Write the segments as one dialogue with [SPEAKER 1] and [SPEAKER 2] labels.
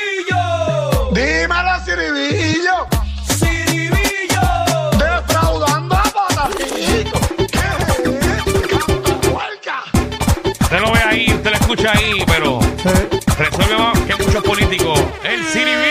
[SPEAKER 1] Siribillo,
[SPEAKER 2] Dímelo, Ciribillo.
[SPEAKER 1] Siribillo,
[SPEAKER 2] Defraudando a Patacito. ¿Qué? ¡Puerca!
[SPEAKER 3] Usted lo ve ahí, usted lo escucha ahí, pero resuelve más que muchos políticos. El ciribillo.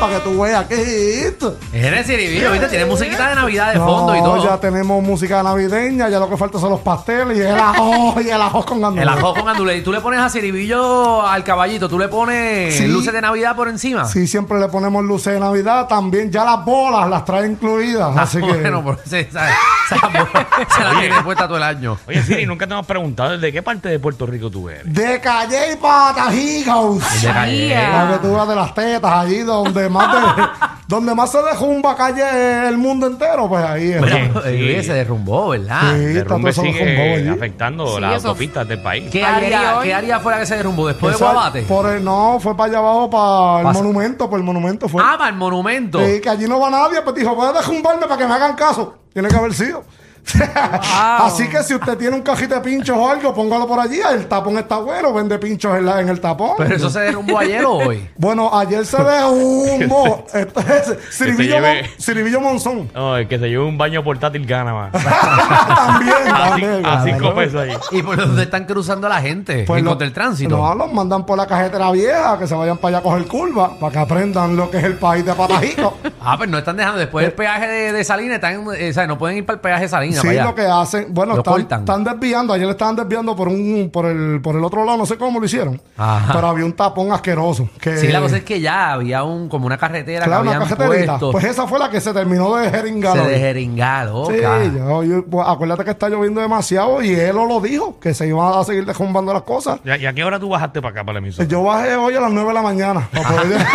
[SPEAKER 4] Para que tú veas qué es esto.
[SPEAKER 5] Eres Ciribillo, ¿viste? Tiene musiquita de Navidad de fondo y
[SPEAKER 4] No,
[SPEAKER 5] todo.
[SPEAKER 4] ya tenemos música navideña, ya lo que falta son los pasteles y el ajo, y el ajo con gandules.
[SPEAKER 5] El ajo con andule. Y tú le pones a Ciribillo al caballito, tú le pones
[SPEAKER 4] Sí.
[SPEAKER 5] luces de Navidad por encima.
[SPEAKER 4] Sí, siempre le ponemos luces de Navidad, también ya las bolas las trae incluidas,
[SPEAKER 5] Ah,
[SPEAKER 4] así que...
[SPEAKER 5] bueno, por ese- esa, esa- se la tiene puesta todo el año.
[SPEAKER 3] Oye, Siri, nunca te hemos preguntado de qué parte de Puerto Rico tú eres.
[SPEAKER 4] De Calle y Patajicos.
[SPEAKER 5] pues. De calle.
[SPEAKER 4] Para que tú veas de las tetas, allí donde más, de- donde más se dejumba Calle el mundo entero, pues ahí es.
[SPEAKER 3] Oye,
[SPEAKER 5] Mira,
[SPEAKER 3] sí.
[SPEAKER 5] oye, ah, se derrumbó, ¿verdad?
[SPEAKER 4] Sí,
[SPEAKER 3] El
[SPEAKER 4] está todo
[SPEAKER 3] derrumbe
[SPEAKER 4] eso derrumbado
[SPEAKER 3] sigue
[SPEAKER 4] allí.
[SPEAKER 3] afectando
[SPEAKER 6] Sí,
[SPEAKER 3] las
[SPEAKER 6] eso-
[SPEAKER 3] autopistas del país.
[SPEAKER 5] ¿Qué,
[SPEAKER 6] Ayer y
[SPEAKER 5] haría,
[SPEAKER 6] hoy.
[SPEAKER 5] ¿Qué haría fuera que se derrumbó? ¿Después
[SPEAKER 4] Esa-
[SPEAKER 5] de Guabate?
[SPEAKER 4] por el- no, fue para allá abajo, para el
[SPEAKER 5] Pasa-
[SPEAKER 4] monumento, por el monumento fue.
[SPEAKER 5] Ah, para el monumento.
[SPEAKER 4] Sí, que allí no va nadie, pues dijo, voy a derrumbarme para que me hagan caso. Tiene que haber sido. Así que si usted tiene un cajito de pinchos o algo, póngalo por allí. El tapón está bueno, vende pinchos en, la- en el tapón.
[SPEAKER 5] Pero eso se derrumbó ayer o hoy.
[SPEAKER 4] Bueno, ayer se derrumbó. Esto es Siribillo,
[SPEAKER 3] lleve-
[SPEAKER 4] Mon- Siribillo Monzón.
[SPEAKER 3] No, el que se lleve un baño portátil gana más.
[SPEAKER 4] también,
[SPEAKER 3] A,
[SPEAKER 4] también.
[SPEAKER 3] cin- a cinco pesos ahí.
[SPEAKER 5] ¿Y por dónde están cruzando la gente?
[SPEAKER 4] Pues
[SPEAKER 5] en
[SPEAKER 4] lo-
[SPEAKER 5] contra el tránsito.
[SPEAKER 4] No, los mandan por la cajetera vieja, que se vayan para allá a coger curva, para que aprendan lo que es el país de Patajico.
[SPEAKER 5] Ah, pero no están dejando. Después del peaje de, de Salinas, están, eh, o sea, no pueden ir para el peaje de Salinas.
[SPEAKER 4] Eh. Sí,
[SPEAKER 5] para allá.
[SPEAKER 4] lo que hacen, bueno,
[SPEAKER 5] Lo
[SPEAKER 4] están,
[SPEAKER 5] cortan.
[SPEAKER 4] están desviando, ayer le estaban desviando por un, por el, por el otro lado, no sé cómo lo hicieron,
[SPEAKER 5] Ajá.
[SPEAKER 4] pero había un tapón asqueroso. Que,
[SPEAKER 5] Sí, la cosa es que ya había un, como una carretera
[SPEAKER 4] Eh. claro,
[SPEAKER 5] que
[SPEAKER 4] una
[SPEAKER 5] habían
[SPEAKER 4] cajeterita.
[SPEAKER 5] puesto.
[SPEAKER 4] Pues esa fue la que se terminó de jeringar.
[SPEAKER 5] se
[SPEAKER 4] hoy.
[SPEAKER 5] desjeringado.
[SPEAKER 4] Sí, yo- yo- pues, acuérdate que está lloviendo demasiado y él lo dijo, que se iban a seguir descombando las cosas.
[SPEAKER 3] ¿Y a- ¿Y a qué hora tú bajaste para acá, para la emisora?
[SPEAKER 4] Yo bajé hoy a las 9 de la mañana. para
[SPEAKER 5] Ah.
[SPEAKER 4] poder llegar.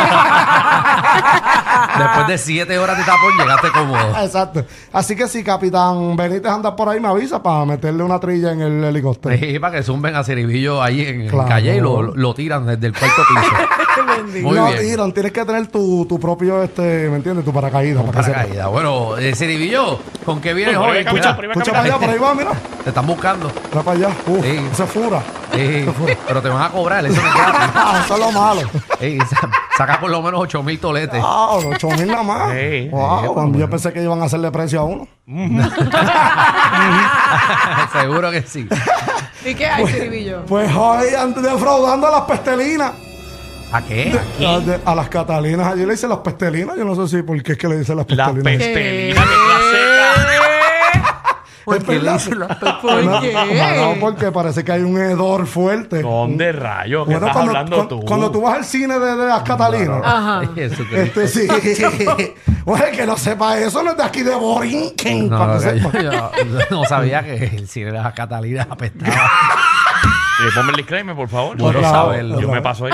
[SPEAKER 5] Después de siete horas de tapón, llegaste cómodo.
[SPEAKER 4] Exacto. Así que si Capitán Benítez anda por ahí, me avisa para meterle una trilla en el helicóptero.
[SPEAKER 5] Sí, para que zumben a Ciribillo ahí en, en
[SPEAKER 4] Claro.
[SPEAKER 5] calle y lo, lo- lo tiran desde el cuarto piso. Muy
[SPEAKER 4] no,
[SPEAKER 5] bien.
[SPEAKER 4] tiran, tienes que tener tu, tu propio, este, ¿me entiendes? Tu paracaídas. para que sepa.
[SPEAKER 5] Paracaídas. Bueno, eh, Ciribillo, ¿con qué vienes
[SPEAKER 3] Bueno,
[SPEAKER 5] hoy?
[SPEAKER 3] voy a caminar,
[SPEAKER 5] Mira,
[SPEAKER 3] voy a
[SPEAKER 4] Escucha para allá, por ahí va, mira.
[SPEAKER 5] Te están buscando.
[SPEAKER 4] Mira para allá. Uh,
[SPEAKER 5] Sí.
[SPEAKER 4] Se fura.
[SPEAKER 5] Sí, pero te van a cobrar, eso no es gratis.
[SPEAKER 4] Ah, eso es lo malo.
[SPEAKER 5] Ey, sa- saca por lo menos 8 mil toletes.
[SPEAKER 4] Ah, 8 mil nada más.
[SPEAKER 3] Sí,
[SPEAKER 4] wow, yo pensé que iban a hacerle precio a uno.
[SPEAKER 5] Seguro que sí.
[SPEAKER 6] ¿Y qué hay, Ciribillo?
[SPEAKER 4] Pues hoy antes defraudando a las pestelinas.
[SPEAKER 5] ¿A qué?
[SPEAKER 4] A, de- a las catalinas. Allí le dicen las pestelinas. Yo no sé si por qué es que le dicen las
[SPEAKER 3] Las
[SPEAKER 4] pestelinas.
[SPEAKER 3] pestelinas de clase.
[SPEAKER 4] ¿Por qué
[SPEAKER 5] le hizo la pe- ¿Por
[SPEAKER 4] No,
[SPEAKER 6] qué?
[SPEAKER 4] no, porque parece que hay un hedor fuerte.
[SPEAKER 3] ¿Dónde rayos? ¿Qué
[SPEAKER 4] Bueno,
[SPEAKER 3] estás
[SPEAKER 4] cuando,
[SPEAKER 3] hablando
[SPEAKER 4] cuan-
[SPEAKER 3] tú?
[SPEAKER 4] cuando tú vas al cine de, de las catalinas.
[SPEAKER 6] Ajá.
[SPEAKER 5] Jesucristo.
[SPEAKER 4] Este sí. Oye, que no sepa eso, no es de aquí de Borinquen.
[SPEAKER 5] No,
[SPEAKER 4] para
[SPEAKER 5] no,
[SPEAKER 4] que
[SPEAKER 5] yo,
[SPEAKER 4] sepa.
[SPEAKER 5] yo no sabía que el cine de las Catalinas apestaba.
[SPEAKER 3] Eh, ponme el disclaimer, por favor.
[SPEAKER 5] Por
[SPEAKER 3] Yo-
[SPEAKER 5] favor,
[SPEAKER 3] Yo
[SPEAKER 4] por
[SPEAKER 3] me
[SPEAKER 4] favor.
[SPEAKER 3] paso ahí.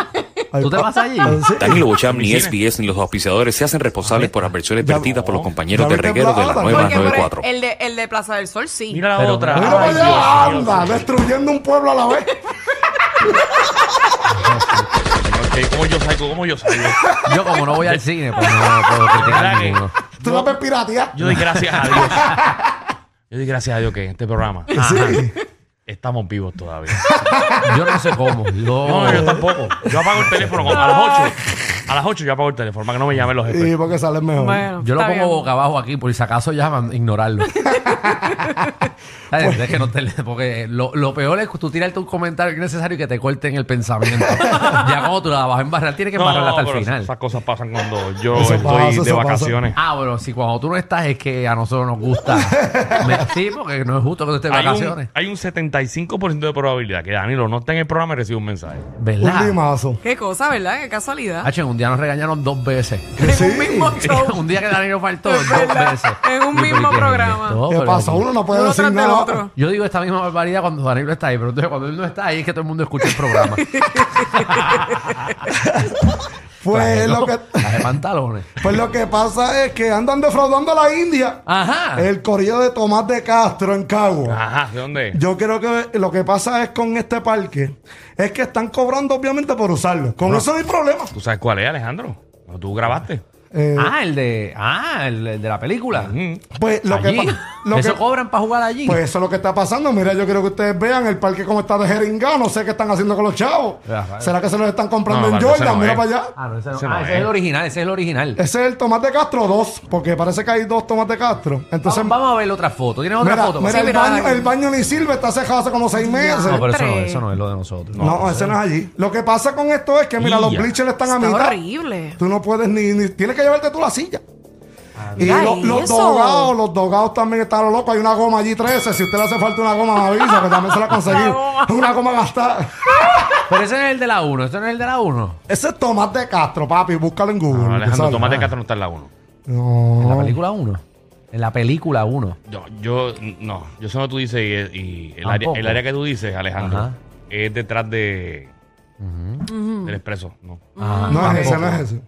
[SPEAKER 4] Ay,
[SPEAKER 5] ¿Tú te
[SPEAKER 4] pa-
[SPEAKER 5] vas allí?
[SPEAKER 4] Sí.
[SPEAKER 7] Danilo Bocham, ni
[SPEAKER 3] Oficina.
[SPEAKER 7] SBS, ni los auspiciadores se hacen responsables por las versiones
[SPEAKER 4] Ya-
[SPEAKER 7] vertidas por los compañeros
[SPEAKER 4] ya
[SPEAKER 7] de
[SPEAKER 4] viste
[SPEAKER 7] reguero de la
[SPEAKER 4] Plata,
[SPEAKER 7] nueva
[SPEAKER 6] Porque por
[SPEAKER 7] 94.
[SPEAKER 6] el, el de, el de Plaza del Sol, sí.
[SPEAKER 3] Mira la
[SPEAKER 5] Pero-
[SPEAKER 3] otra.
[SPEAKER 4] Mira para
[SPEAKER 3] Ay,
[SPEAKER 4] allá,
[SPEAKER 3] Dios mío,
[SPEAKER 4] pues anda, destruyendo un pueblo a la vez.
[SPEAKER 3] señor, que ¿Cómo yo salgo? ¿Cómo yo salgo?
[SPEAKER 5] Yo como no voy al cine, pues no puedo criticar
[SPEAKER 3] ¿Verdad que?
[SPEAKER 5] ninguno.
[SPEAKER 4] Tú la ves piratear.
[SPEAKER 3] Yo doy gracias a Dios. Yo doy gracias a Dios que en este programa
[SPEAKER 4] Sí.
[SPEAKER 3] estamos vivos todavía. Oh.
[SPEAKER 5] Yo no sé cómo.
[SPEAKER 3] No, yo
[SPEAKER 5] Yo,
[SPEAKER 3] tampoco. Yo apago el teléfono como a las 8. A las 8 yo apago el teléfono para que no me llamen los
[SPEAKER 4] Y
[SPEAKER 3] jefes.
[SPEAKER 4] porque sale mejor.
[SPEAKER 6] Bueno,
[SPEAKER 5] yo lo
[SPEAKER 6] está
[SPEAKER 5] pongo
[SPEAKER 6] bien.
[SPEAKER 5] boca abajo aquí por si acaso llaman, ignorarlo. Ay, es que no te- porque lo, lo peor es que tú tirarte un comentario innecesario y que te corten el pensamiento. ya cuando tú la vas a embarrar, tienes que
[SPEAKER 3] No,
[SPEAKER 5] embarrarla hasta
[SPEAKER 3] pero
[SPEAKER 5] el final.
[SPEAKER 3] Esas cosas pasan cuando yo
[SPEAKER 4] Eso
[SPEAKER 3] estoy
[SPEAKER 4] pasa,
[SPEAKER 3] de
[SPEAKER 4] eso pasa.
[SPEAKER 3] vacaciones.
[SPEAKER 5] Ah, bueno, si cuando tú no estás es que a nosotros nos gusta. Me- sí, porque no es justo que tú estés de
[SPEAKER 3] Hay
[SPEAKER 5] vacaciones.
[SPEAKER 3] un, hay un 75% de probabilidad que Danilo no esté en el programa y reciba un mensaje.
[SPEAKER 4] Un
[SPEAKER 5] ¿Verdad?
[SPEAKER 4] limazo.
[SPEAKER 6] Qué cosa, ¿verdad? Qué casualidad.
[SPEAKER 5] H, un día nos regañaron dos veces.
[SPEAKER 4] Que sí.
[SPEAKER 6] En un mismo show.
[SPEAKER 5] Ah, un día que Danilo faltó dos
[SPEAKER 6] Es verdad,
[SPEAKER 5] veces.
[SPEAKER 6] en un
[SPEAKER 5] Y yo,
[SPEAKER 6] mismo
[SPEAKER 5] ¿qué es
[SPEAKER 6] programa.
[SPEAKER 5] esto?
[SPEAKER 4] ¿Qué
[SPEAKER 5] Oh, Pero-
[SPEAKER 4] pasa? Uno no puede
[SPEAKER 6] Uno
[SPEAKER 4] decir
[SPEAKER 6] tras del
[SPEAKER 4] nada.
[SPEAKER 6] otro.
[SPEAKER 5] Yo digo esta misma barbaridad cuando Danilo está ahí, pero entonces cuando él no está ahí es que todo el mundo escucha el programa.
[SPEAKER 4] Pues lo, que,
[SPEAKER 5] Traje pantalones.
[SPEAKER 4] pues lo que pasa es que andan defraudando a la India.
[SPEAKER 5] Ah. Ajá.
[SPEAKER 4] El corrido de Tomás de Castro en Cagua.
[SPEAKER 5] Ah,
[SPEAKER 3] Ajá, ¿de dónde?
[SPEAKER 4] Yo creo que lo que pasa es con este parque es que están cobrando obviamente por usarlo. Con
[SPEAKER 5] Ah.
[SPEAKER 4] eso no hay problema.
[SPEAKER 3] ¿Tú sabes cuál es, Alejandro? ¿O ¿Tú grabaste?
[SPEAKER 4] Eh,
[SPEAKER 5] Ah, el de. Ah, el, el de la película.
[SPEAKER 3] Mm.
[SPEAKER 4] Pues lo que,
[SPEAKER 5] Allí.
[SPEAKER 4] pa- lo
[SPEAKER 5] ¿Eso
[SPEAKER 4] que-
[SPEAKER 5] cobran para jugar allí?
[SPEAKER 4] Pues eso es lo que está pasando. Mira, yo quiero que ustedes vean el parque como está de jeringa. No sé qué están haciendo con los chavos.
[SPEAKER 5] Ya, vale.
[SPEAKER 4] ¿Será que se los están comprando
[SPEAKER 3] No,
[SPEAKER 4] en
[SPEAKER 3] vale, ese
[SPEAKER 4] Jordan?
[SPEAKER 3] no
[SPEAKER 4] Mira
[SPEAKER 3] es.
[SPEAKER 4] para allá.
[SPEAKER 5] ah, no, ese, no.
[SPEAKER 3] Ese no
[SPEAKER 5] Ah, ese
[SPEAKER 3] es.
[SPEAKER 5] es el original, ese es el original.
[SPEAKER 4] Ese es el Tomate Castro 2, porque parece que hay dos Tomate Castro. Entonces,
[SPEAKER 5] Vamos, vamos a ver otra foto. ¿Tienes otra
[SPEAKER 4] mira,
[SPEAKER 5] foto?
[SPEAKER 4] mira,
[SPEAKER 6] Sí,
[SPEAKER 4] el,
[SPEAKER 6] mira,
[SPEAKER 4] baño,
[SPEAKER 6] ahí.
[SPEAKER 4] el baño ni sirve, está cerrado hace como seis meses.
[SPEAKER 5] no, pero eso no,
[SPEAKER 6] tres.
[SPEAKER 5] eso no es lo de nosotros.
[SPEAKER 4] No, ese no es allí. Lo que pasa con esto es que, mira, los
[SPEAKER 5] Ya.
[SPEAKER 4] bleachers están a
[SPEAKER 6] Está
[SPEAKER 4] mitad.
[SPEAKER 6] horrible.
[SPEAKER 4] Tú no puedes ni, ni- Tienes que llevarte tú la silla. Y
[SPEAKER 6] mira
[SPEAKER 4] lo- los
[SPEAKER 6] eso.
[SPEAKER 4] dogados, los dogados también están a lo loco. Hay una goma allí 13. Si usted le hace falta una goma, me avisa, que también se la conseguí.
[SPEAKER 6] goma.
[SPEAKER 4] una goma gastada.
[SPEAKER 5] Pero ese no es el de la 1, ese no es el de la 1.
[SPEAKER 4] Ese es Tomás de Castro, papi. Búscalo en Google.
[SPEAKER 3] No, Alejandro,
[SPEAKER 4] ¿sabes?
[SPEAKER 3] tomate cata no está en la 1.
[SPEAKER 4] No.
[SPEAKER 5] En la película 1. En la película 1.
[SPEAKER 3] Yo, yo, no, yo sé lo que tú dices y, y el, área,
[SPEAKER 5] Tampoco.
[SPEAKER 3] el área que tú dices, Alejandro,
[SPEAKER 5] Ajá.
[SPEAKER 3] es detrás de del expreso. No.
[SPEAKER 4] No es ese, no es ese.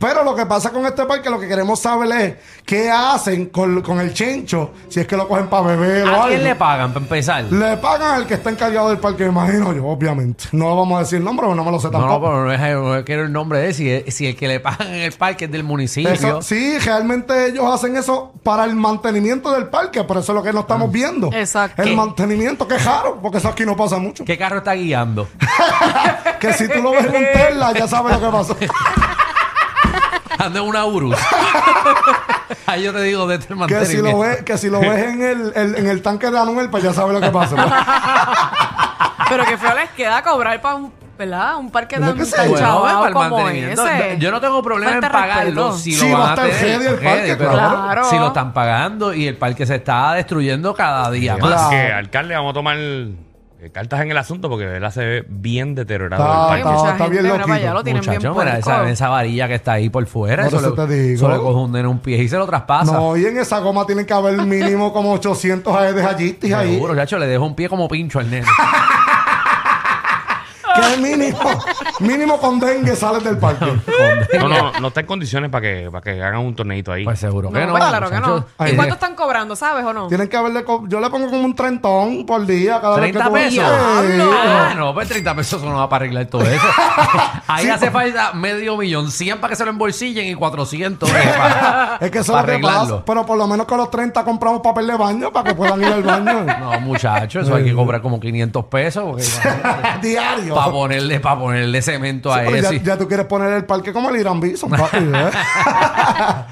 [SPEAKER 4] Pero lo que pasa con este parque, lo que queremos saber es qué hacen con, con el chencho, si es que lo cogen para beber o
[SPEAKER 5] ¿A
[SPEAKER 4] algo.
[SPEAKER 5] quién le pagan para empezar?
[SPEAKER 4] Le pagan al que está encargado del parque, me imagino yo, obviamente. No vamos a decir el nombre, porque no me lo sé
[SPEAKER 5] No, no,
[SPEAKER 4] tampoco.
[SPEAKER 5] pero no, es- no quiero el nombre de él. Si, es- si el que le pagan en el parque es del municipio.
[SPEAKER 4] Eso- sí, realmente ellos hacen eso para el mantenimiento del parque, por eso es lo que no
[SPEAKER 5] Ah.
[SPEAKER 4] estamos viendo.
[SPEAKER 6] Exacto.
[SPEAKER 4] El
[SPEAKER 6] ¿Qué?
[SPEAKER 4] mantenimiento, que es raro, porque eso aquí no pasa mucho.
[SPEAKER 5] ¿Qué carro está guiando?
[SPEAKER 4] Que si tú lo ves en Tesla, ya sabes lo que pasó.
[SPEAKER 5] Anda en una Urus. Ahí yo te digo de este
[SPEAKER 4] Que si lo
[SPEAKER 5] mantenimiento.
[SPEAKER 4] ves, que si lo ves en el, el- en el tanque de Anuel, pues ya sabes lo que pasó.
[SPEAKER 6] Pero que feo les queda cobrar para un, ¿verdad? Un parque
[SPEAKER 4] ¿Verdad
[SPEAKER 6] tan,
[SPEAKER 4] que sí?
[SPEAKER 6] tan
[SPEAKER 4] Bueno,
[SPEAKER 6] chavado
[SPEAKER 5] para el
[SPEAKER 6] como
[SPEAKER 5] mantenimiento.
[SPEAKER 6] ese.
[SPEAKER 5] Yo no tengo problema
[SPEAKER 6] Falta
[SPEAKER 5] en pagarlo
[SPEAKER 6] respeto.
[SPEAKER 5] si
[SPEAKER 4] Sí,
[SPEAKER 5] lo
[SPEAKER 4] va a
[SPEAKER 5] van a
[SPEAKER 4] estar
[SPEAKER 5] tener.
[SPEAKER 4] ready el parque,
[SPEAKER 5] pero
[SPEAKER 6] claro.
[SPEAKER 5] Si lo están pagando y el parque se está destruyendo cada día más.
[SPEAKER 4] Claro.
[SPEAKER 3] Así que, alcalde, vamos a tomar eh, cartas en el asunto porque de verdad se ve bien deteriorado
[SPEAKER 4] Está-
[SPEAKER 3] el
[SPEAKER 6] Ay,
[SPEAKER 3] parque.
[SPEAKER 6] mucha
[SPEAKER 4] está bien
[SPEAKER 6] gente, mira, para
[SPEAKER 4] loquito.
[SPEAKER 6] allá lo tienen bien
[SPEAKER 5] Muchacho, mira
[SPEAKER 6] puerco.
[SPEAKER 5] esa, esa varilla que está ahí por fuera.
[SPEAKER 4] Por
[SPEAKER 5] eso
[SPEAKER 4] eso
[SPEAKER 5] le-
[SPEAKER 4] te digo.
[SPEAKER 5] eso le coge un nene un pie y se lo traspasa.
[SPEAKER 4] No, y en esa goma tienen que haber mínimo como 800 de hallistas ahí.
[SPEAKER 5] Seguro, chacho, le dejo un pie como pincho al nene.
[SPEAKER 4] Que es mínimo, mínimo con dengue sales del parque.
[SPEAKER 3] No, no, no está en condiciones para que, para que hagan un torneito ahí.
[SPEAKER 5] Pues seguro que
[SPEAKER 6] No,
[SPEAKER 5] no.
[SPEAKER 6] pues claro que no.
[SPEAKER 5] muchacho.
[SPEAKER 4] Ay,
[SPEAKER 6] ¿Y
[SPEAKER 5] Eh,
[SPEAKER 6] cuánto están cobrando, sabes o no?
[SPEAKER 4] Tienen que haberle. co- Yo le pongo como un trentón por día cada vez que
[SPEAKER 5] 30
[SPEAKER 4] tú
[SPEAKER 5] pesos.
[SPEAKER 4] Sí.
[SPEAKER 5] Ah, no, pues 30 pesos eso no va para arreglar todo eso. Ahí hace
[SPEAKER 6] pues.
[SPEAKER 5] falta medio millón, 100 para que se lo embolsillen y 400 eh, para,
[SPEAKER 4] Es que eso
[SPEAKER 5] para
[SPEAKER 4] es lo que pasa.
[SPEAKER 5] arreglarlo.
[SPEAKER 4] Pero por lo menos con los 30 compramos papel de baño para que puedan ir al baño.
[SPEAKER 5] No, muchacho, eso hay
[SPEAKER 4] Eh.
[SPEAKER 5] que cobrar como 500 pesos
[SPEAKER 4] Diario.
[SPEAKER 5] para ponerle, para ponerle cemento
[SPEAKER 4] Sí,
[SPEAKER 5] a
[SPEAKER 4] pero ya,
[SPEAKER 5] eso. y-
[SPEAKER 4] ya tú quieres poner el parque como el Irán Bison, papi, ¿eh?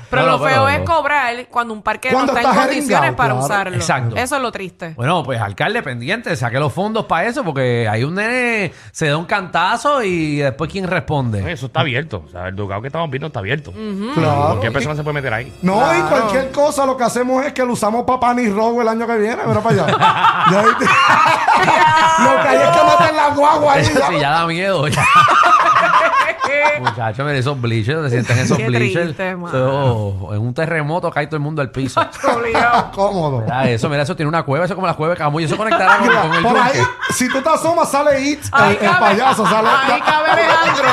[SPEAKER 6] Pero
[SPEAKER 5] No,
[SPEAKER 6] lo
[SPEAKER 5] no,
[SPEAKER 6] feo
[SPEAKER 5] pero-
[SPEAKER 6] es cobrar cuando un parque no
[SPEAKER 4] Cuando
[SPEAKER 6] está en
[SPEAKER 4] está
[SPEAKER 6] condiciones
[SPEAKER 4] jeringao,
[SPEAKER 6] para
[SPEAKER 4] claro.
[SPEAKER 6] usarlo.
[SPEAKER 5] Exacto.
[SPEAKER 6] Eso es lo triste.
[SPEAKER 5] Bueno, pues alcalde, pendiente, saque los fondos para eso, porque hay un nene, se da un cantazo y después quién
[SPEAKER 3] Oye,
[SPEAKER 5] responde.
[SPEAKER 3] Eso está abierto. O sea, el ducado que estamos viendo está abierto.
[SPEAKER 5] Mm.
[SPEAKER 4] Claro.
[SPEAKER 3] Cualquier persona se puede meter ahí.
[SPEAKER 4] No, y cualquier cosa lo que hacemos es que lo usamos para Pan y Robo el año que viene. Mira para allá. Ya ahí te- lo que hay es que meter la guagua ahí.
[SPEAKER 5] Eso
[SPEAKER 4] ya.
[SPEAKER 5] sí, ya da miedo. ya. Muchachos, mira esos bleachers, donde sientan esos
[SPEAKER 6] Qué
[SPEAKER 5] bleachers.
[SPEAKER 6] triste, mano.
[SPEAKER 5] Eso, en un terremoto cae todo el mundo al piso.
[SPEAKER 6] Obligado.
[SPEAKER 4] Cómodo.
[SPEAKER 5] Mira eso, mira eso, tiene una cueva, eso es como la cueva de Camuy, eso conectará con, con el
[SPEAKER 4] Por ahí,
[SPEAKER 5] yunque.
[SPEAKER 4] si tú te asomas, sale It, el,
[SPEAKER 6] Ahí
[SPEAKER 4] el
[SPEAKER 6] cabe-
[SPEAKER 4] payaso, sale.
[SPEAKER 6] Ahí cabe Alejandro.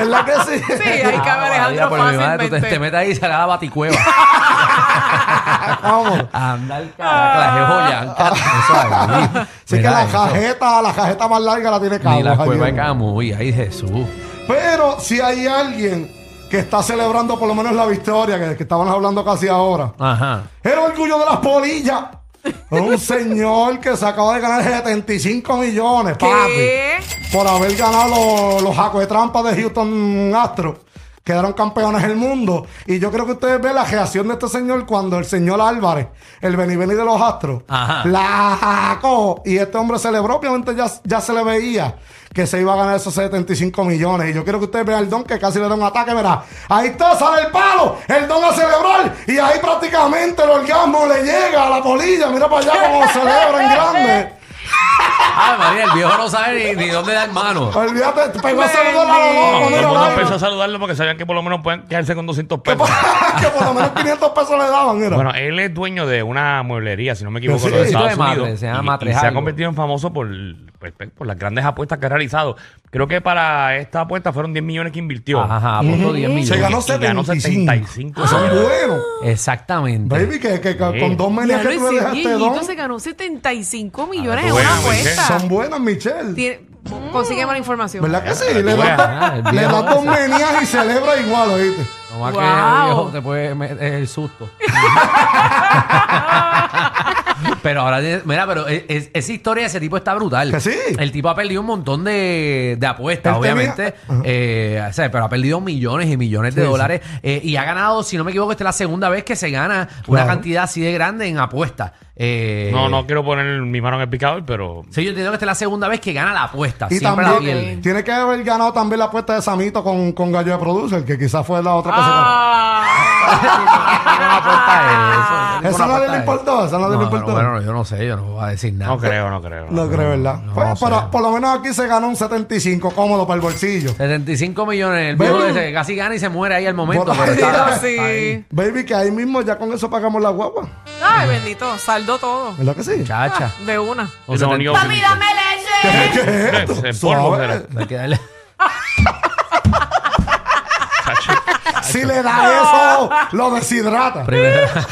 [SPEAKER 4] Es la que sí.
[SPEAKER 6] Sí, ahí
[SPEAKER 5] Ah,
[SPEAKER 6] cabe
[SPEAKER 5] María,
[SPEAKER 6] Alejandro
[SPEAKER 5] por mi madre, tú te, te
[SPEAKER 6] fácilmente.
[SPEAKER 5] metes ahí y sale a la baticueva.
[SPEAKER 4] Vamos.
[SPEAKER 5] Anda el carajo, la joya.
[SPEAKER 4] Así que la cajeta, la cajeta más larga la tiene Cabo.
[SPEAKER 5] Ni la cueva de
[SPEAKER 4] Javier.
[SPEAKER 5] Camuy, ay Jesús.
[SPEAKER 4] Pero si hay alguien que está celebrando por lo menos la victoria, que, que estaban hablando casi ahora,
[SPEAKER 5] Ajá.
[SPEAKER 4] el orgullo de las polillas. Un señor que se acaba de ganar 75 millones, papi,
[SPEAKER 6] ¿Qué?
[SPEAKER 4] por haber ganado los, los jacos de trampa de Houston Astro. Quedaron campeones del mundo. Y yo creo que ustedes ven la reacción de este señor cuando el señor Álvarez, el Beni Beni de los Astros,
[SPEAKER 5] Ajá.
[SPEAKER 4] la jacó. Y este hombre celebró, obviamente ya, ya se le veía que se iba a ganar esos 75 millones. Y yo quiero que ustedes vean al don que casi le da un ataque, verá. Ahí está, sale el palo, el don a celebrar. Y ahí prácticamente el orgasmo le llega a la polilla. Mira para allá cómo celebra en grande.
[SPEAKER 5] Ay, Ah, María, el viejo no sabe ni, ni dónde dar mano.
[SPEAKER 4] Olvídate, pegó a saludar a los
[SPEAKER 3] No,
[SPEAKER 4] locos,
[SPEAKER 3] todo el
[SPEAKER 4] mira,
[SPEAKER 3] mundo
[SPEAKER 4] Laila.
[SPEAKER 3] empezó a saludarlo porque sabían que por lo menos pueden quedarse con 200
[SPEAKER 4] Que
[SPEAKER 3] pesos.
[SPEAKER 4] por- que por lo menos 500 pesos le daban, mira.
[SPEAKER 3] Bueno, él es dueño de una mueblería, si no me equivoco,
[SPEAKER 4] Sí.
[SPEAKER 3] en los Estados
[SPEAKER 5] Sí, de madre,
[SPEAKER 3] Unidos.
[SPEAKER 5] se llama
[SPEAKER 3] Y- y
[SPEAKER 5] Matres
[SPEAKER 3] se ha
[SPEAKER 5] algo.
[SPEAKER 3] convertido en famoso por, pues, por las grandes apuestas que ha realizado. Creo que para esta apuesta fueron 10 millones que invirtió.
[SPEAKER 5] Ajá, apuntó 10 millones.
[SPEAKER 4] se ganó
[SPEAKER 3] y ganó
[SPEAKER 4] 75.
[SPEAKER 3] 75.
[SPEAKER 4] Son buenos.
[SPEAKER 5] Exactamente.
[SPEAKER 4] Ah, Baby, que, que con-
[SPEAKER 3] Sí.
[SPEAKER 4] con dos
[SPEAKER 6] Ya
[SPEAKER 4] medias
[SPEAKER 6] lo
[SPEAKER 4] que tú le
[SPEAKER 6] ese
[SPEAKER 4] dejaste don.
[SPEAKER 6] viejito se ganó 75 millones
[SPEAKER 3] Ah,
[SPEAKER 6] en
[SPEAKER 3] bueno,
[SPEAKER 6] una
[SPEAKER 3] Michelle.
[SPEAKER 6] apuesta.
[SPEAKER 4] Son buenas, Michelle.
[SPEAKER 6] Tiene- Consigue mala información.
[SPEAKER 4] ¿Verdad que sí? Le
[SPEAKER 3] Bueno,
[SPEAKER 4] das
[SPEAKER 5] ah, el
[SPEAKER 4] le
[SPEAKER 5] viejo
[SPEAKER 4] das dos
[SPEAKER 5] ese.
[SPEAKER 4] menías y celebra igual, ¿oíste?
[SPEAKER 5] No más que
[SPEAKER 6] Wow.
[SPEAKER 5] viejo te puede meter el susto. pero ahora, tiene- mira, pero es- es- esa historia de ese tipo está brutal.
[SPEAKER 4] Que sí.
[SPEAKER 5] El tipo ha perdido un montón de, de apuestas,
[SPEAKER 4] Él tenía-
[SPEAKER 5] obviamente. Eh, o sea, pero ha perdido millones y millones de
[SPEAKER 4] Sí, sí.
[SPEAKER 5] dólares. Eh, y ha ganado, si no me equivoco, esta es la segunda vez que se gana una
[SPEAKER 4] Claro.
[SPEAKER 5] cantidad así de grande en apuestas. Eh,
[SPEAKER 3] No, no quiero poner mi mano en el picador, pero.
[SPEAKER 5] Sí, yo entiendo que esta es la segunda vez que gana la apuesta.
[SPEAKER 4] Y
[SPEAKER 5] Siempre
[SPEAKER 4] también
[SPEAKER 5] la pierde.
[SPEAKER 4] tiene que haber ganado también la apuesta de Samito con, con Gallo de Producer, que quizás fue la otra cosa.
[SPEAKER 6] Ah.
[SPEAKER 5] Ninguna apuesta es eso.
[SPEAKER 4] Ah. Eso
[SPEAKER 5] Ninguna
[SPEAKER 4] no le
[SPEAKER 5] apuesta es
[SPEAKER 4] importó, eso no le importó.
[SPEAKER 5] Bueno, yo no sé, yo no voy a decir nada.
[SPEAKER 3] No creo, no creo.
[SPEAKER 4] No creo, ¿verdad?
[SPEAKER 5] no
[SPEAKER 4] Pues,
[SPEAKER 5] sé.
[SPEAKER 4] pero por lo menos aquí se ganó un 75 cómodo para el bolsillo.
[SPEAKER 5] 75 millones, el viejo
[SPEAKER 4] Ven.
[SPEAKER 5] ese casi gana y se muere ahí al momento.
[SPEAKER 4] Bueno,
[SPEAKER 5] pero está-
[SPEAKER 6] Sí.
[SPEAKER 5] ahí.
[SPEAKER 4] Baby, que ahí mismo ya con eso pagamos la guagua.
[SPEAKER 6] Ay, bendito, saldo todo.
[SPEAKER 4] ¿Verdad que sí?
[SPEAKER 5] Chacha.
[SPEAKER 6] Ah, De una.
[SPEAKER 5] O
[SPEAKER 3] Lo
[SPEAKER 5] sea,
[SPEAKER 3] único
[SPEAKER 5] te-
[SPEAKER 3] que-
[SPEAKER 4] ¿Qué es esto?
[SPEAKER 3] Es el polvo,
[SPEAKER 4] Suave.
[SPEAKER 3] será.
[SPEAKER 5] hay que darle-
[SPEAKER 4] Si le da eso, lo deshidrata.
[SPEAKER 5] primero.
[SPEAKER 3] En
[SPEAKER 6] Ese
[SPEAKER 3] ese-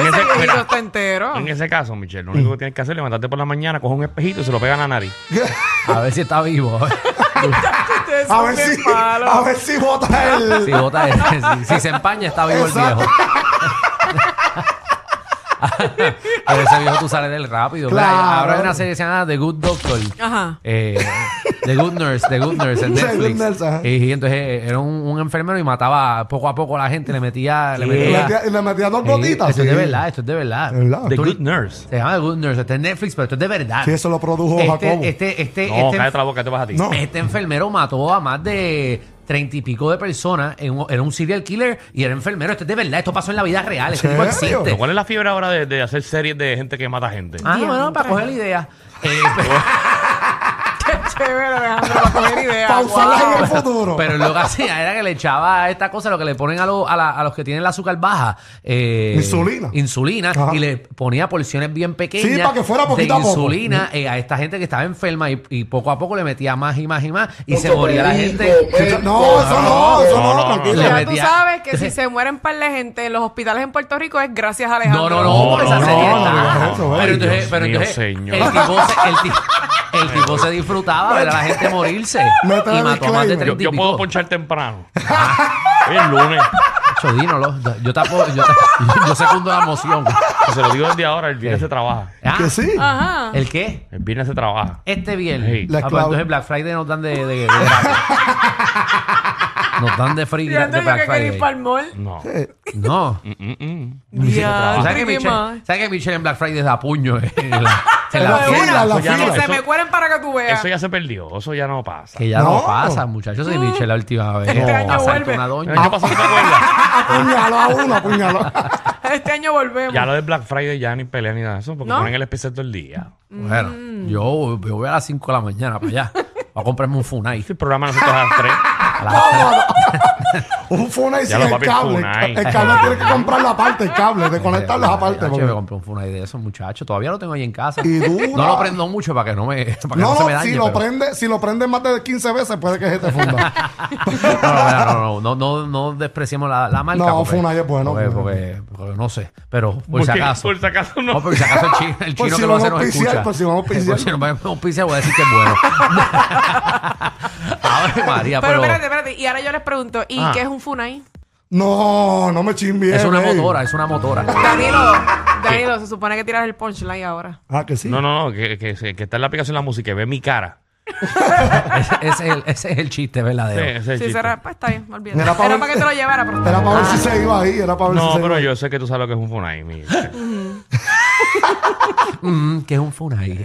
[SPEAKER 6] viejito
[SPEAKER 3] mira,
[SPEAKER 6] está entero.
[SPEAKER 3] en ese caso, Michelle, lo único que tienes que hacer es levantarte por la mañana, coge un espejito y se lo pega en la nariz.
[SPEAKER 5] A ver si está vivo.
[SPEAKER 6] Ustedes
[SPEAKER 4] A
[SPEAKER 6] son
[SPEAKER 4] ver
[SPEAKER 6] bien
[SPEAKER 4] si,
[SPEAKER 6] malos.
[SPEAKER 4] a ver si bota el.
[SPEAKER 5] Si, bota ese, si, si se empaña, está vivo
[SPEAKER 4] Exacto.
[SPEAKER 5] el viejo. A ese viejo tú sales del rápido. Mira,
[SPEAKER 4] Claro.
[SPEAKER 5] ahora hay una serie que se llama The Good Doctor.
[SPEAKER 6] Ajá.
[SPEAKER 5] Eh, The Good Nurse, The Good Nurse en
[SPEAKER 4] The Good
[SPEAKER 5] Netflix.
[SPEAKER 4] Nurse, ajá.
[SPEAKER 5] y, entonces eh, era un, un enfermero y mataba poco a poco a la gente, le metía. Le
[SPEAKER 3] Sí.
[SPEAKER 4] Y le
[SPEAKER 5] metía
[SPEAKER 4] metía- y le metía dos
[SPEAKER 5] Sí,
[SPEAKER 4] gotitas.
[SPEAKER 5] Esto
[SPEAKER 4] sí.
[SPEAKER 5] es de verdad, esto es de verdad.
[SPEAKER 4] De verdad.
[SPEAKER 3] The
[SPEAKER 5] Tú-
[SPEAKER 3] Good Nurse.
[SPEAKER 5] Se llama The Good Nurse, está en Netflix, pero esto es de verdad.
[SPEAKER 4] Sí, eso lo produjo Jacobo.
[SPEAKER 5] este, este, este,
[SPEAKER 3] No,
[SPEAKER 5] este,
[SPEAKER 3] cállate la boca, te vas a ti.
[SPEAKER 4] No.
[SPEAKER 5] este enfermero mató a más de treinta y pico de personas. en un- era un serial killer y era enfermero. Esto es de verdad, esto pasó en la vida real. Este tipo
[SPEAKER 4] ¿Serio?
[SPEAKER 5] existe.
[SPEAKER 3] ¿Cuál es la fiebre ahora de, de hacer series de gente que mata gente?
[SPEAKER 5] Ah, no, bueno, para coger la idea. Eh, pero-
[SPEAKER 6] Qué chévere, Alejandro, para coger ideas.
[SPEAKER 4] Pausarla en el
[SPEAKER 6] Wow.
[SPEAKER 4] futuro.
[SPEAKER 5] Pero lo que hacía era que le echaba a esta cosa, lo que le ponen a, lo- a, la- a los que tienen el azúcar baja. eh,
[SPEAKER 4] Insulina.
[SPEAKER 5] Insulina.
[SPEAKER 4] Ajá.
[SPEAKER 5] Y le ponía porciones bien pequeñas.
[SPEAKER 4] Sí, para que fuera
[SPEAKER 5] de
[SPEAKER 4] poquito a poco.
[SPEAKER 5] insulina eh, a esta gente que estaba enferma y, y poco a poco le metía más y más y más. Y se moría la gente.
[SPEAKER 3] pues.
[SPEAKER 4] Escucha- no, eso no, eso no,
[SPEAKER 3] No, no, no.
[SPEAKER 4] tranquilo.
[SPEAKER 5] Le
[SPEAKER 6] Ya tú
[SPEAKER 5] metía-
[SPEAKER 6] sabes que si se mueren par de gente en los hospitales en Puerto Rico es gracias a
[SPEAKER 5] No,
[SPEAKER 6] Alejandro.
[SPEAKER 5] no, no, porque
[SPEAKER 3] No,
[SPEAKER 5] esa
[SPEAKER 3] no,
[SPEAKER 5] serie
[SPEAKER 3] no,
[SPEAKER 5] está-
[SPEAKER 3] no, no, no.
[SPEAKER 5] Pero
[SPEAKER 3] Ay,
[SPEAKER 5] entonces,
[SPEAKER 3] Dios
[SPEAKER 5] pero
[SPEAKER 3] mío,
[SPEAKER 5] entonces
[SPEAKER 3] señor.
[SPEAKER 5] el tipo se, el ti- el tipo se disfrutaba de ver a la gente morirse.
[SPEAKER 4] Métele
[SPEAKER 5] y mató a más de
[SPEAKER 4] disclaimer.
[SPEAKER 3] Yo,
[SPEAKER 5] 30 y
[SPEAKER 3] yo puedo
[SPEAKER 5] pico.
[SPEAKER 3] ponchar temprano. Hoy es lunes.
[SPEAKER 5] Chacho, dínolo. Yo, tapo, yo, yo secundo la moción.
[SPEAKER 3] Se lo digo desde ahora, el viernes se trabaja.
[SPEAKER 5] Ah,
[SPEAKER 4] Que sí.
[SPEAKER 6] Ajá.
[SPEAKER 5] ¿El qué?
[SPEAKER 3] El viernes se trabaja.
[SPEAKER 5] Este viernes.
[SPEAKER 3] Sí.
[SPEAKER 4] La
[SPEAKER 5] Ah, pues
[SPEAKER 4] clave.
[SPEAKER 5] entonces Black Friday nos dan de. de, de gratis. nos dan de free gra-
[SPEAKER 6] Fíjate
[SPEAKER 5] de
[SPEAKER 6] yo que
[SPEAKER 5] Black
[SPEAKER 6] quería
[SPEAKER 5] Friday.
[SPEAKER 6] ir para el mall.
[SPEAKER 3] No.
[SPEAKER 4] Eh,
[SPEAKER 5] No.
[SPEAKER 3] Mm, mm, mm.
[SPEAKER 5] ¿Tú
[SPEAKER 6] Ya,
[SPEAKER 5] ¿Sabes que,
[SPEAKER 6] qué
[SPEAKER 5] Michelle,
[SPEAKER 6] más.
[SPEAKER 5] ¿Sabes que Michelle en Black Friday da puño? eh, En la, en
[SPEAKER 4] En
[SPEAKER 5] la
[SPEAKER 4] la
[SPEAKER 5] fila.
[SPEAKER 4] fila, en la
[SPEAKER 3] Eso ya no,
[SPEAKER 4] fila.
[SPEAKER 6] Que se
[SPEAKER 3] eso-
[SPEAKER 6] me cueren para que tú veas.
[SPEAKER 3] Eso ya se perdió. Eso ya no pasa.
[SPEAKER 5] Que ya no,
[SPEAKER 4] No.
[SPEAKER 5] pasa, muchachos. Y Michelle la última vez.
[SPEAKER 6] Mm. Este año
[SPEAKER 5] asaltó
[SPEAKER 6] vuelve.
[SPEAKER 5] una
[SPEAKER 3] El
[SPEAKER 5] doña.
[SPEAKER 4] Ah.
[SPEAKER 3] año pasado, ¿te acuerdas?
[SPEAKER 4] Apuñaló a uno, apuñaló.
[SPEAKER 6] Este año volvemos.
[SPEAKER 3] Ya lo del Black Friday ya ni pelea ni nada de eso, porque
[SPEAKER 6] ¿No?
[SPEAKER 3] ponen el especial todo el día.
[SPEAKER 6] Mm.
[SPEAKER 5] Bueno, yo, yo voy a las 5 de la mañana para allá. Voy a comprarme un Funai.
[SPEAKER 3] Este programa nosotros a las 3.
[SPEAKER 5] A las-
[SPEAKER 4] Un Funai
[SPEAKER 3] Ya
[SPEAKER 4] sin
[SPEAKER 3] lo
[SPEAKER 4] el
[SPEAKER 3] papi,
[SPEAKER 4] cable.
[SPEAKER 3] Funai.
[SPEAKER 4] El cable tiene que comprar la parte, el cable, de conectarlo aparte.
[SPEAKER 5] Chacho,
[SPEAKER 4] porque-
[SPEAKER 5] me compré un Funai de esos, muchachos. Todavía lo tengo ahí en casa.
[SPEAKER 4] Y dura.
[SPEAKER 5] No lo prendo mucho para que no me, para que no,
[SPEAKER 4] No,
[SPEAKER 5] se me
[SPEAKER 4] no,
[SPEAKER 5] dañe.
[SPEAKER 4] si lo
[SPEAKER 5] pero-
[SPEAKER 4] prende, si lo prende más de 15 veces, puede que se te funda.
[SPEAKER 5] No, no, mira, no, no, no, no, no despreciemos la, la marca.
[SPEAKER 4] No,
[SPEAKER 5] porque-
[SPEAKER 4] Funai es bueno,
[SPEAKER 5] Porque,
[SPEAKER 4] Funai.
[SPEAKER 5] porque- porque no sé, pero por si acaso. Oh,
[SPEAKER 3] Por si acaso
[SPEAKER 5] No,
[SPEAKER 3] no.
[SPEAKER 5] por si acaso el chino, el
[SPEAKER 4] Por
[SPEAKER 5] chino
[SPEAKER 4] si
[SPEAKER 5] que lo
[SPEAKER 4] vamos
[SPEAKER 5] hace
[SPEAKER 4] a
[SPEAKER 5] nos
[SPEAKER 4] auspiciar,
[SPEAKER 5] escucha.
[SPEAKER 4] por si vamos a auspiciar.
[SPEAKER 5] Por si nos vamos a auspiciar, voy a decir que es bueno. Ahora María,
[SPEAKER 6] pero
[SPEAKER 5] pero,
[SPEAKER 6] espérate, espérate. Y ahora yo les pregunto, ¿y
[SPEAKER 3] Ah.
[SPEAKER 6] qué es un Funai?
[SPEAKER 4] No, no me chimbié.
[SPEAKER 5] es una
[SPEAKER 4] baby.
[SPEAKER 5] motora, es una motora.
[SPEAKER 6] Danilo, Danilo, se supone que tiras el punchline ahora.
[SPEAKER 4] Ah, que sí.
[SPEAKER 3] No, no, no, que, que, que está en la aplicación la música y ve mi cara.
[SPEAKER 5] Ese, ese es el, ese es el chiste
[SPEAKER 3] Sí,
[SPEAKER 5] verdadero.
[SPEAKER 3] ese es el
[SPEAKER 6] Si
[SPEAKER 3] chiste.
[SPEAKER 6] se pues está bien, olvídate.
[SPEAKER 4] Era
[SPEAKER 6] Era
[SPEAKER 4] pa'
[SPEAKER 6] para,
[SPEAKER 4] ver-
[SPEAKER 6] que te lo llevara, pero
[SPEAKER 4] Era para ver si se iba ahí, era para ver si
[SPEAKER 3] Ah. No,
[SPEAKER 4] se
[SPEAKER 3] pero
[SPEAKER 4] iba.
[SPEAKER 3] yo sé que tú sabes lo que es un Funai. mi-
[SPEAKER 5] Mm, que es un funai.